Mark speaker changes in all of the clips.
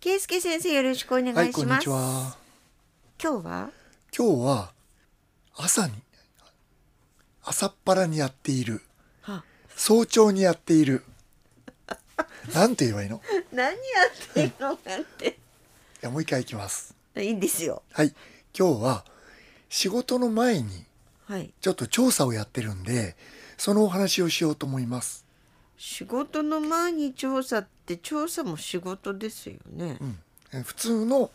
Speaker 1: 圭介先生よろしくお願
Speaker 2: はい
Speaker 1: い
Speaker 2: こ
Speaker 1: し
Speaker 2: んに
Speaker 1: ます。
Speaker 2: ちは
Speaker 1: 今日は
Speaker 2: 今日は朝に朝っぱらにやっている
Speaker 1: は
Speaker 2: 早朝にやっている なんて言えばいいのい
Speaker 1: 何やってるのなんて
Speaker 2: やもう一回いきます
Speaker 1: いいんですよ。
Speaker 2: はい今日は仕事の前に
Speaker 1: はい。
Speaker 2: ちょっと調査をやってるんでそのお話をしようと思います
Speaker 1: 仕事の前に調査って調査も仕事ですよね。
Speaker 2: うんえ普通の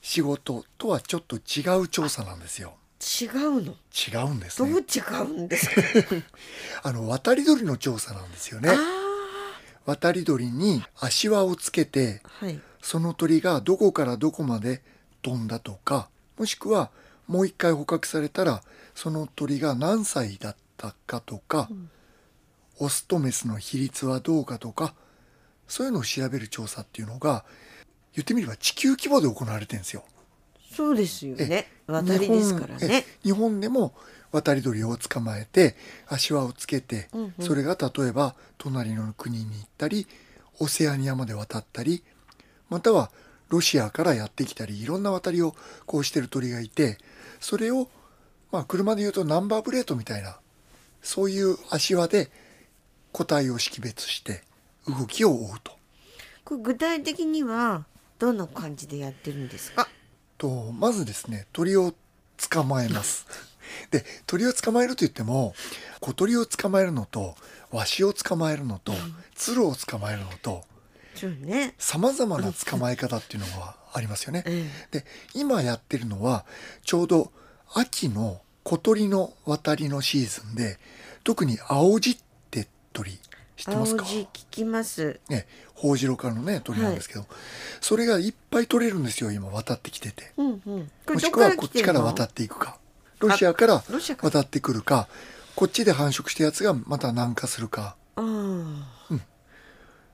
Speaker 2: 仕事とはちょっと違う調査なんですよ
Speaker 1: 違うの。
Speaker 2: 違うんです
Speaker 1: どう
Speaker 2: ね
Speaker 1: 違うんですか。
Speaker 2: あの渡り鳥の調査なんですよね
Speaker 1: あ
Speaker 2: 渡り鳥に足輪をつけて
Speaker 1: あ。はい。
Speaker 2: その鳥がどこからどこまで飛んだとかもしくはもう一回捕獲されたらその鳥が何歳だったかとか、
Speaker 1: うん
Speaker 2: オスとメスの比率はどうかとかそういうのを調べる調査っていうのが言ってみれば地球規模で行われてるんですよ。
Speaker 1: そうですよね。渡り
Speaker 2: 日本
Speaker 1: ですからね
Speaker 2: え。日本でも渡り鳥を捕まえて足輪をつけて、
Speaker 1: うんうん
Speaker 2: それが例えば隣の国に行ったりオセアニアまで渡ったりまたはロシアからやってきたりいろんな渡りをこうしてる鳥がいてそれを、まあ、車で言うとナンバープレートみたいなそういう足輪で個体を識別して動きを追うと。
Speaker 1: これ具体的にはどんな感じでやってるんですか。
Speaker 2: とまずですね鳥を捕まえます で鳥を捕まえると言っても小鳥を捕まえるのとワシを捕まえるのと鶴を捕まえるのと
Speaker 1: そうね。
Speaker 2: さまざまな捕まえ方っていうのがありますよね
Speaker 1: え
Speaker 2: で今やってるのはちょうど秋の小鳥の渡りのシーズンで特に青じって鳥
Speaker 1: え。
Speaker 2: 知って
Speaker 1: 青
Speaker 2: ま
Speaker 1: 字
Speaker 2: すか
Speaker 1: 聞きます。
Speaker 2: ね、ホオジロ科のね鳥なんですけど、それがいっぱい取れるんですよ今渡ってきてて
Speaker 1: うんうん。こ
Speaker 2: も
Speaker 1: れど
Speaker 2: し
Speaker 1: っ
Speaker 2: く
Speaker 1: か
Speaker 2: は
Speaker 1: ら
Speaker 2: こ
Speaker 1: 来
Speaker 2: っち
Speaker 1: て
Speaker 2: か
Speaker 1: る
Speaker 2: ら
Speaker 1: の
Speaker 2: 渡っていくかロシアから
Speaker 1: ロシアから。
Speaker 2: 渡ってくるかこっちで繁殖したやつがまた南下するか
Speaker 1: ああ。
Speaker 2: だか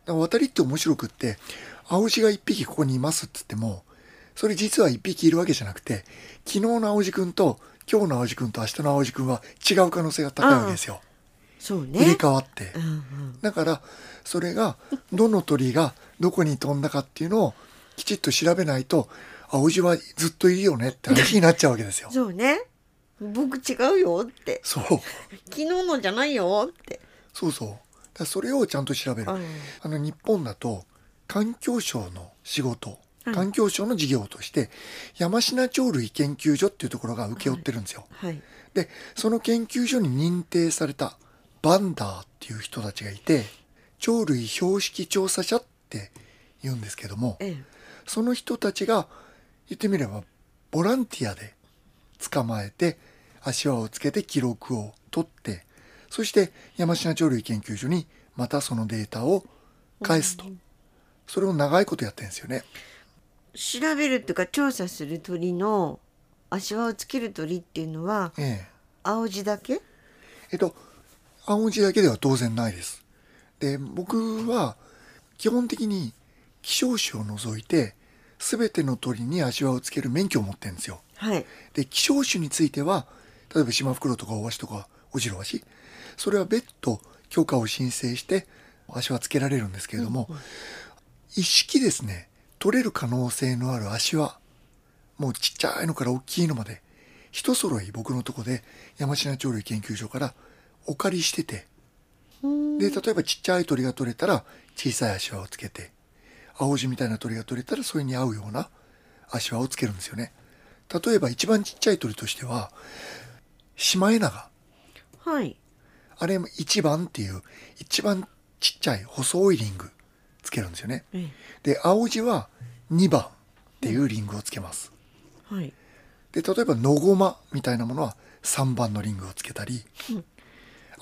Speaker 2: ら渡りって面白くって青牛が1匹ここにいますって言ってもそれ実は1匹いるわけじゃなくて昨日の青牛くんと今日の青牛くんと明日の青牛くんは違う可能性が高いわけですよ
Speaker 1: そうね。
Speaker 2: 入れ替わって
Speaker 1: うんうん。
Speaker 2: だからそれがどの鳥がどこに飛んだかっていうのをきちっと調べないと青牛はずっといるよねって話になっちゃうわけですよ
Speaker 1: そうね。僕違うよって。
Speaker 2: そう
Speaker 1: 昨日のじゃないよって。
Speaker 2: そうそう。だからそれをちゃんと調べる。
Speaker 1: あ
Speaker 2: あの日本だと環境省の仕事、
Speaker 1: はい
Speaker 2: 環境省の事業として山科鳥類研究所っていうところが請け負ってるんですよ。
Speaker 1: はい。
Speaker 2: で、その研究所に認定されたバンダーっていう人たちがいて、鳥類標識調査者って言うんですけども、
Speaker 1: ええ。
Speaker 2: その人たちが言ってみればボランティアで捕まえて足輪をつけて記録を取ってそして山科鳥類研究所にまたそのデータを返すと、それを長いことやってるんですよね。
Speaker 1: 調べるっていうか調査する鳥の足輪をつける鳥っていうのは
Speaker 2: ええ
Speaker 1: 青字だけ？
Speaker 2: えっと、青字だけでは当然ないです。で、僕は基本的に希少種を除いて全ての鳥に足輪をつける免許を持ってるんですよ。
Speaker 1: はい。
Speaker 2: で希少種については例えばシマフクロウとかオオワシとかオジロワシそれは別途許可を申請して足はつけられるんですけれども、一式ですね取れる可能性のある足はもうちっちゃいのから大きいのまで一揃い僕のとこで山科鳥類研究所からお借りしてて
Speaker 1: うん
Speaker 2: で例えばちっちゃい鳥が取れたら小さい足輪をつけて青地みたいな鳥が取れたらそれに合うような足輪をつけるんですよね例えば一番ちっちゃい鳥としてはシマエナガ
Speaker 1: はい。
Speaker 2: あれも一番っていう一番ちっちゃい細いリングつけるんですよね
Speaker 1: え
Speaker 2: で青地は2番っていうリングをつけます
Speaker 1: えはい。
Speaker 2: で例えばノゴマみたいなものは3番のリングをつけたり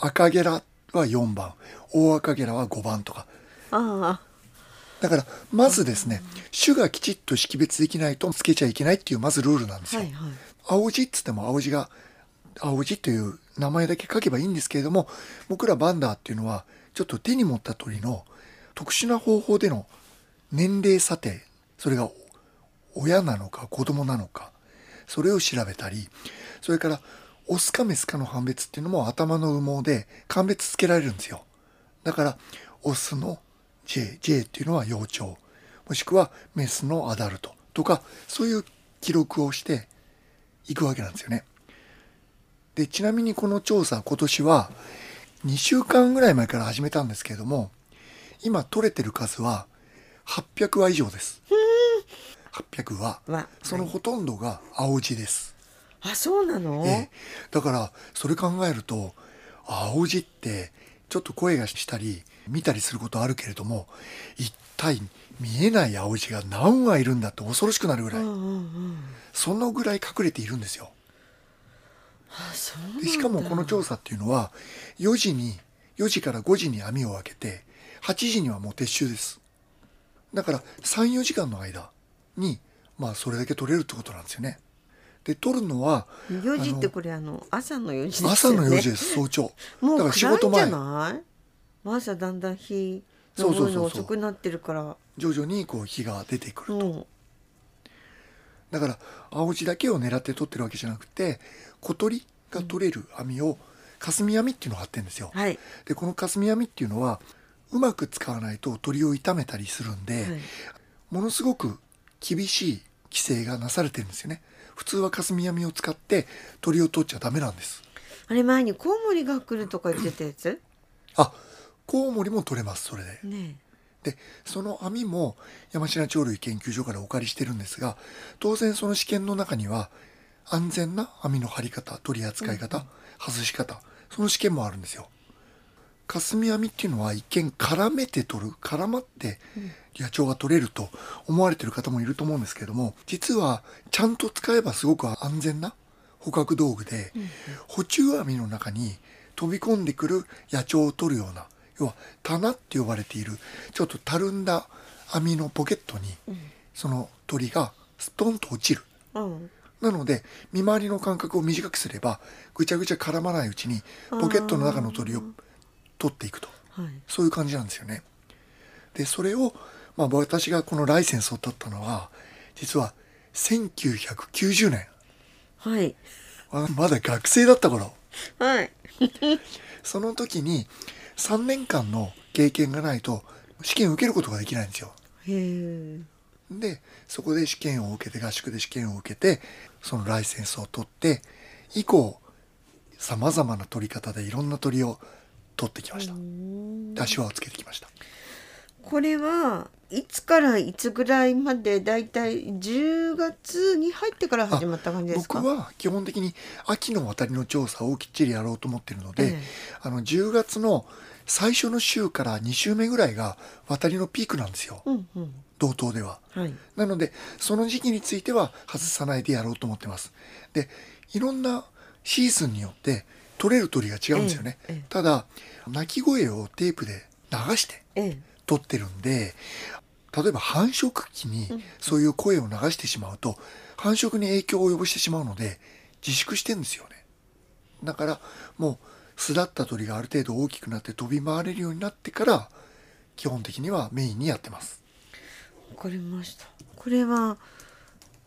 Speaker 2: 赤ゲラは4番大赤ゲラは5番とか
Speaker 1: あ
Speaker 2: だからまずですね種がきちっと識別できないとつけちゃいけないっていうまずルールなんです
Speaker 1: あ。
Speaker 2: よ。
Speaker 1: はいはい。
Speaker 2: 青字っつっても青字が青字という名前だけ書けばいいんですけれども僕らバンダーっていうのはちょっと手に持った鳥の特殊な方法での年齢査定それが親なのか子供なのかそれを調べたりそれからオスかメスかの判別っていうのも頭の羽毛で鑑別つけられるんですよだからオスの JJ っていうのは幼鳥もしくはメスのアダルトとかそういう記録をしていくわけなんですよね。でちなみにこの調査今年は2週間ぐらい前から始めたんですけれども今取れてる数は800羽以上です。800羽
Speaker 1: わ
Speaker 2: そのほとんどが青字です。
Speaker 1: あそうなの、
Speaker 2: ええだからそれ考えると青字ってちょっと声がしたり見たりすることあるけれども一体見えない青字が何羽いるんだって恐ろしくなるぐらい、
Speaker 1: うんうんうん
Speaker 2: そのぐらい隠れているんですよ。
Speaker 1: あそうなんだ
Speaker 2: でしかもこの調査っていうのは4時に4時から5時に網を開けて8時にはもう撤収ですだから34時間の間にまあそれだけ取れるってことなんですよねで取るのは
Speaker 1: 4時っ
Speaker 2: あ
Speaker 1: て
Speaker 2: の
Speaker 1: これあの朝の4時ですよね
Speaker 2: 朝の4時です早朝
Speaker 1: もう
Speaker 2: だから仕事
Speaker 1: 暗い
Speaker 2: 前
Speaker 1: んじゃないもう朝だんだん日昇るの遅くなってるから
Speaker 2: 徐々にこう日が出てくる
Speaker 1: うん
Speaker 2: だから青地だけを狙って取ってるわけじゃなくて小鳥が取れる網を霞網っていうのを張ってるんですよ、
Speaker 1: はい
Speaker 2: でこの霞網っていうのはうまく使わないと鳥を傷めたりするんで、
Speaker 1: はい
Speaker 2: ものすごく厳しい規制がなされてるんですよね普通は霞網を使って鳥を取っちゃダメなんです
Speaker 1: あれ前にコウモリが来るとか言ってたやつ
Speaker 2: あコウモリも取れますそれで
Speaker 1: ね
Speaker 2: でその網も山科鳥類研究所からお借りしてるんですが当然その試験の中には安全な網の張り方取り扱い方外し方その試験もあるんですよ。霞網っていうのは一見絡めて取る絡まって野鳥が取れると思われてる方もいると思うんですけれども実はちゃんと使えばすごく安全な捕獲道具で捕虫網の中に飛び込んでくる野鳥を取るような要は棚って呼ばれているちょっとたるんだ網のポケットにその鳥がストンと落ちる
Speaker 1: えうん
Speaker 2: なので見回りの間隔を短くすればぐちゃぐちゃ絡まないうちにポケットの中の鳥を取っていくと
Speaker 1: はい
Speaker 2: そういう感じなんですよね。でそれを、まあ、私がこのライセンスを取ったのは実は1990年
Speaker 1: はい
Speaker 2: あまだ学生だった頃
Speaker 1: はい
Speaker 2: その時に3年間の経験がないと試験を受けることができないんですよ。
Speaker 1: へえ
Speaker 2: でそこで試験を受けて合宿で試験を受けてそのライセンスを取って以降さまざまな取り方でいろんな鳥を取ってきました足輪をつけてきました
Speaker 1: これはいつからいつぐらいまでだいたい10月に入ってから始まった感じですか
Speaker 2: 僕は基本的に秋の渡りの調査をきっちりやろうと思ってるの
Speaker 1: え
Speaker 2: で、
Speaker 1: え
Speaker 2: あの10月の最初の週から2週目ぐらいが渡りのピークなんですよ
Speaker 1: うんうん
Speaker 2: 同等では。
Speaker 1: はい
Speaker 2: なのでその時期については外さないでやろうと思ってます。でいろんなシーズンによって取れる鳥が違うんですよね。
Speaker 1: ええええ
Speaker 2: ただ鳴き声をテープで流して
Speaker 1: ええ
Speaker 2: 取ってるんで例えば繁殖期にそういう声を流してしまうと繁殖に影響を及ぼしてしまうので自粛してんですよね。だからもう巣立った鳥がある程度大きくなって飛び回れるようになってから基本的にはメインにやってます。
Speaker 1: わかりましたこれは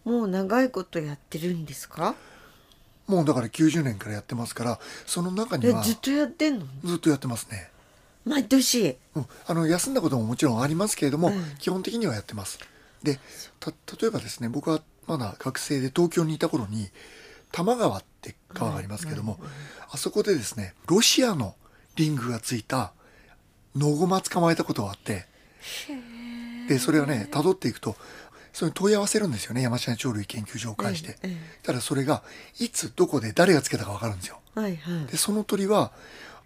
Speaker 1: もう長いことやってるんですか
Speaker 2: もうだから90年からやってますからその中に
Speaker 1: え
Speaker 2: は
Speaker 1: ずっとやってんの
Speaker 2: ずっとやってますね、
Speaker 1: 毎年
Speaker 2: うん、あの休んだことももちろんありますけれども、
Speaker 1: うん
Speaker 2: 基本的にはやってますでた例えばですね僕はまだ学生で東京にいた頃に多摩川って川がありますけれども、あそこでですねロシアのリングがついたノゴマ捕まえたことがあってでそれをね辿っていくとそれに問い合わせるんですよね山下鳥類研究所を介して、
Speaker 1: えええ
Speaker 2: ただそれがいつどこで誰がつけたか分かるんですよ
Speaker 1: はいはい
Speaker 2: でその鳥は、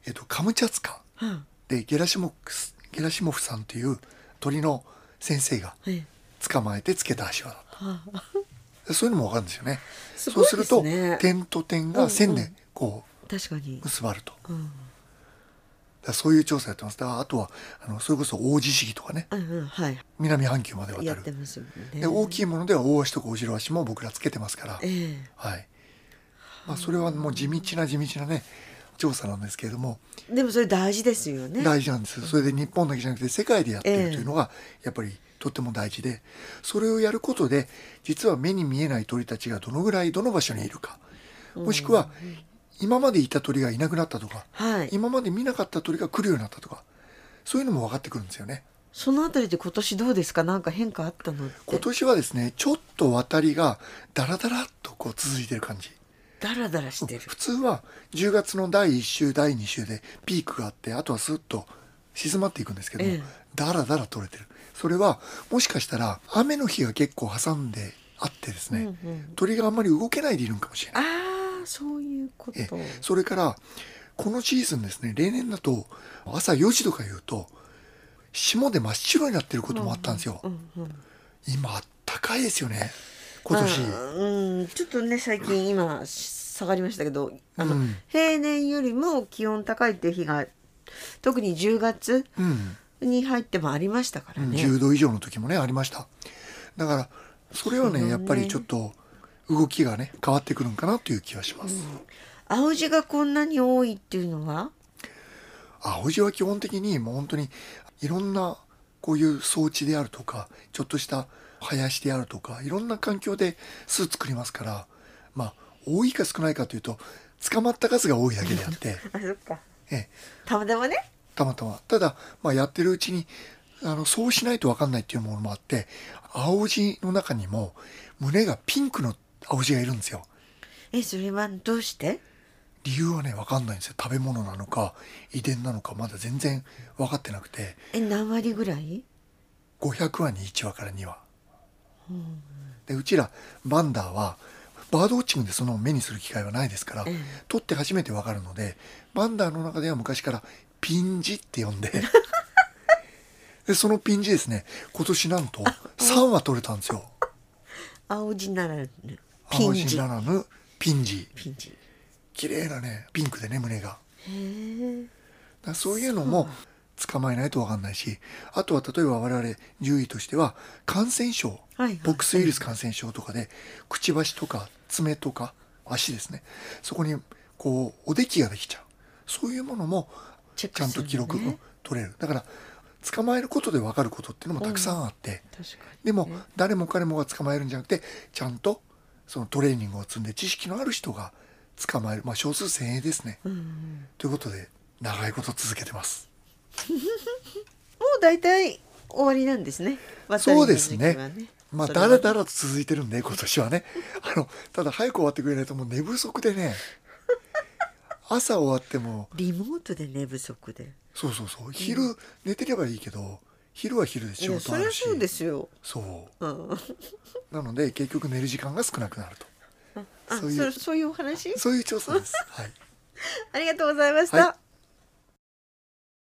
Speaker 2: えっと、カムチャツカ
Speaker 1: は
Speaker 2: でゲラシモクスゲラシモフさんという鳥の先生が
Speaker 1: あええ
Speaker 2: 捕まえてつけた足輪だった
Speaker 1: はあ
Speaker 2: でそういうのも分かるんですよね
Speaker 1: す
Speaker 2: そ
Speaker 1: ご
Speaker 2: う
Speaker 1: い
Speaker 2: す
Speaker 1: です
Speaker 2: る
Speaker 1: ね
Speaker 2: と点と点が線でこ
Speaker 1: 確かに
Speaker 2: う結ばると、
Speaker 1: うん
Speaker 2: だからそういう調査やってますだからあとはあのそれこそ大地式とかね
Speaker 1: うんうんはい
Speaker 2: 南半球まで渡
Speaker 1: やっ
Speaker 2: る
Speaker 1: てますもんね
Speaker 2: で大きいものでは大足とか後ろ足も僕らつけてますから、
Speaker 1: え
Speaker 2: はい、まあ、それはもう地道な地道なね調査なんですけれども
Speaker 1: えでもそれ大事ですよね
Speaker 2: 大事なんですよそれで日本だけじゃなくて世界でやってるというのがやっぱりとっても大事でそれをやることで実は目に見えない鳥たちがどのぐらいどの場所にいるかもしくは今までいた鳥がいなくなったとか
Speaker 1: はい
Speaker 2: 今まで見なかった鳥が来るようになったとかそういうのも分かってくるんですよね。
Speaker 1: そのあたりで今年どうですかなんか変化あったのって
Speaker 2: 今年はですねちょっと渡りがダラダラっとこう続いてる感じ
Speaker 1: ダラダラしてる
Speaker 2: 普通は10月の第1週第2週でピークがあってあとはスッと静まっていくんですけど、
Speaker 1: ええ
Speaker 2: だらだら取れてるそれはもしかしたら雨の日が結構挟んであってですね、
Speaker 1: うんうん
Speaker 2: 鳥があんまり動けないでいるのかもしれない、
Speaker 1: ああそういうこ
Speaker 2: え
Speaker 1: と
Speaker 2: えそれからこのシーズンですね例年だと朝4時とか言うと霜で真っ白になってることもあったんですよ、
Speaker 1: うんうん
Speaker 2: 今あったかいですよね今年、
Speaker 1: まあうんちょっとね最近今下がりましたけどあの、
Speaker 2: うん
Speaker 1: 平年よりも気温高いっていう日が特に10月
Speaker 2: うん
Speaker 1: に入ってもありましたからね、
Speaker 2: 10度以上の時もねありましただからそれは
Speaker 1: そう
Speaker 2: ね
Speaker 1: ね
Speaker 2: やっぱりちょっと動きがね変わってくるんかなという気はします、
Speaker 1: 青字がこんなに多いっていうのは
Speaker 2: 青地は基本的にもう本当にいろんなこういう装置であるとかちょっとした林であるとかいろんな環境で巣作りますからまあ多いか少ないかというと捕まった数が多いだけであ って、
Speaker 1: あそっか
Speaker 2: ええ、
Speaker 1: たまたまね
Speaker 2: たまたまただ、まあ、やってるうちにあのそうしないと分かんないっていうものもあって青地の中にも胸がピンクの青地がいるんですよ
Speaker 1: えそれはどうして
Speaker 2: 理由はね分かんないんですよ食べ物なのか遺伝なのかまだ全然分かってなくて
Speaker 1: え何割ぐらい
Speaker 2: 500羽に1羽から2羽、でうちらバンダーはバードウォッチングでその目にする機会はないですから、
Speaker 1: ええ
Speaker 2: 取って初めて分かるのでバンダーの中では昔からピンジって呼 んででそのピンジですね今年なんと3羽取れたんですよ
Speaker 1: 青字ならぬピン
Speaker 2: 青字
Speaker 1: ジ
Speaker 2: ならぬピンジ
Speaker 1: ピンジ
Speaker 2: 綺麗なねピンクでね胸が。
Speaker 1: へえ
Speaker 2: だからそういうのも捕まえないと分かんないしあとは例えば我々獣医としては感染症、
Speaker 1: はいはい
Speaker 2: ボックスウイルス感染症とかでくちばしとか爪とか足ですねそこにこうおできができちゃうそういうものも
Speaker 1: チェッ
Speaker 2: ちゃ
Speaker 1: ク
Speaker 2: ん
Speaker 1: する
Speaker 2: と
Speaker 1: のね
Speaker 2: 記録を取れるだから捕まえることで分かることっていうのもたくさんあって、
Speaker 1: 確かに
Speaker 2: でも誰も彼もが捕まえるんじゃなくてちゃんとそのトレーニングを積んで知識のある人が捕まえるまあ少数精鋭ですね、
Speaker 1: うん
Speaker 2: ということで長いこと続けてます
Speaker 1: もう大体終わりなんですね
Speaker 2: そうです
Speaker 1: 渡りの時期は
Speaker 2: ね。まあ、
Speaker 1: それは
Speaker 2: だらだらと続いてるんで、今年はね。 あの、ただ早く終わってくれないともう寝不足で ね。朝終わっても、
Speaker 1: リモートで寝不足で
Speaker 2: そうそうそう、昼寝てればいいけど、昼は昼で
Speaker 1: い
Speaker 2: 仕
Speaker 1: や
Speaker 2: 事
Speaker 1: そ
Speaker 2: あ
Speaker 1: りゃ
Speaker 2: るし。
Speaker 1: そうですよ、
Speaker 2: そ
Speaker 1: うん、
Speaker 2: うなので、結局寝る時間が少なくなると。
Speaker 1: あ
Speaker 2: そ
Speaker 1: そうう
Speaker 2: いう
Speaker 1: そういうお話
Speaker 2: そういう調査です。はい。
Speaker 1: ありがとうございました、
Speaker 2: はい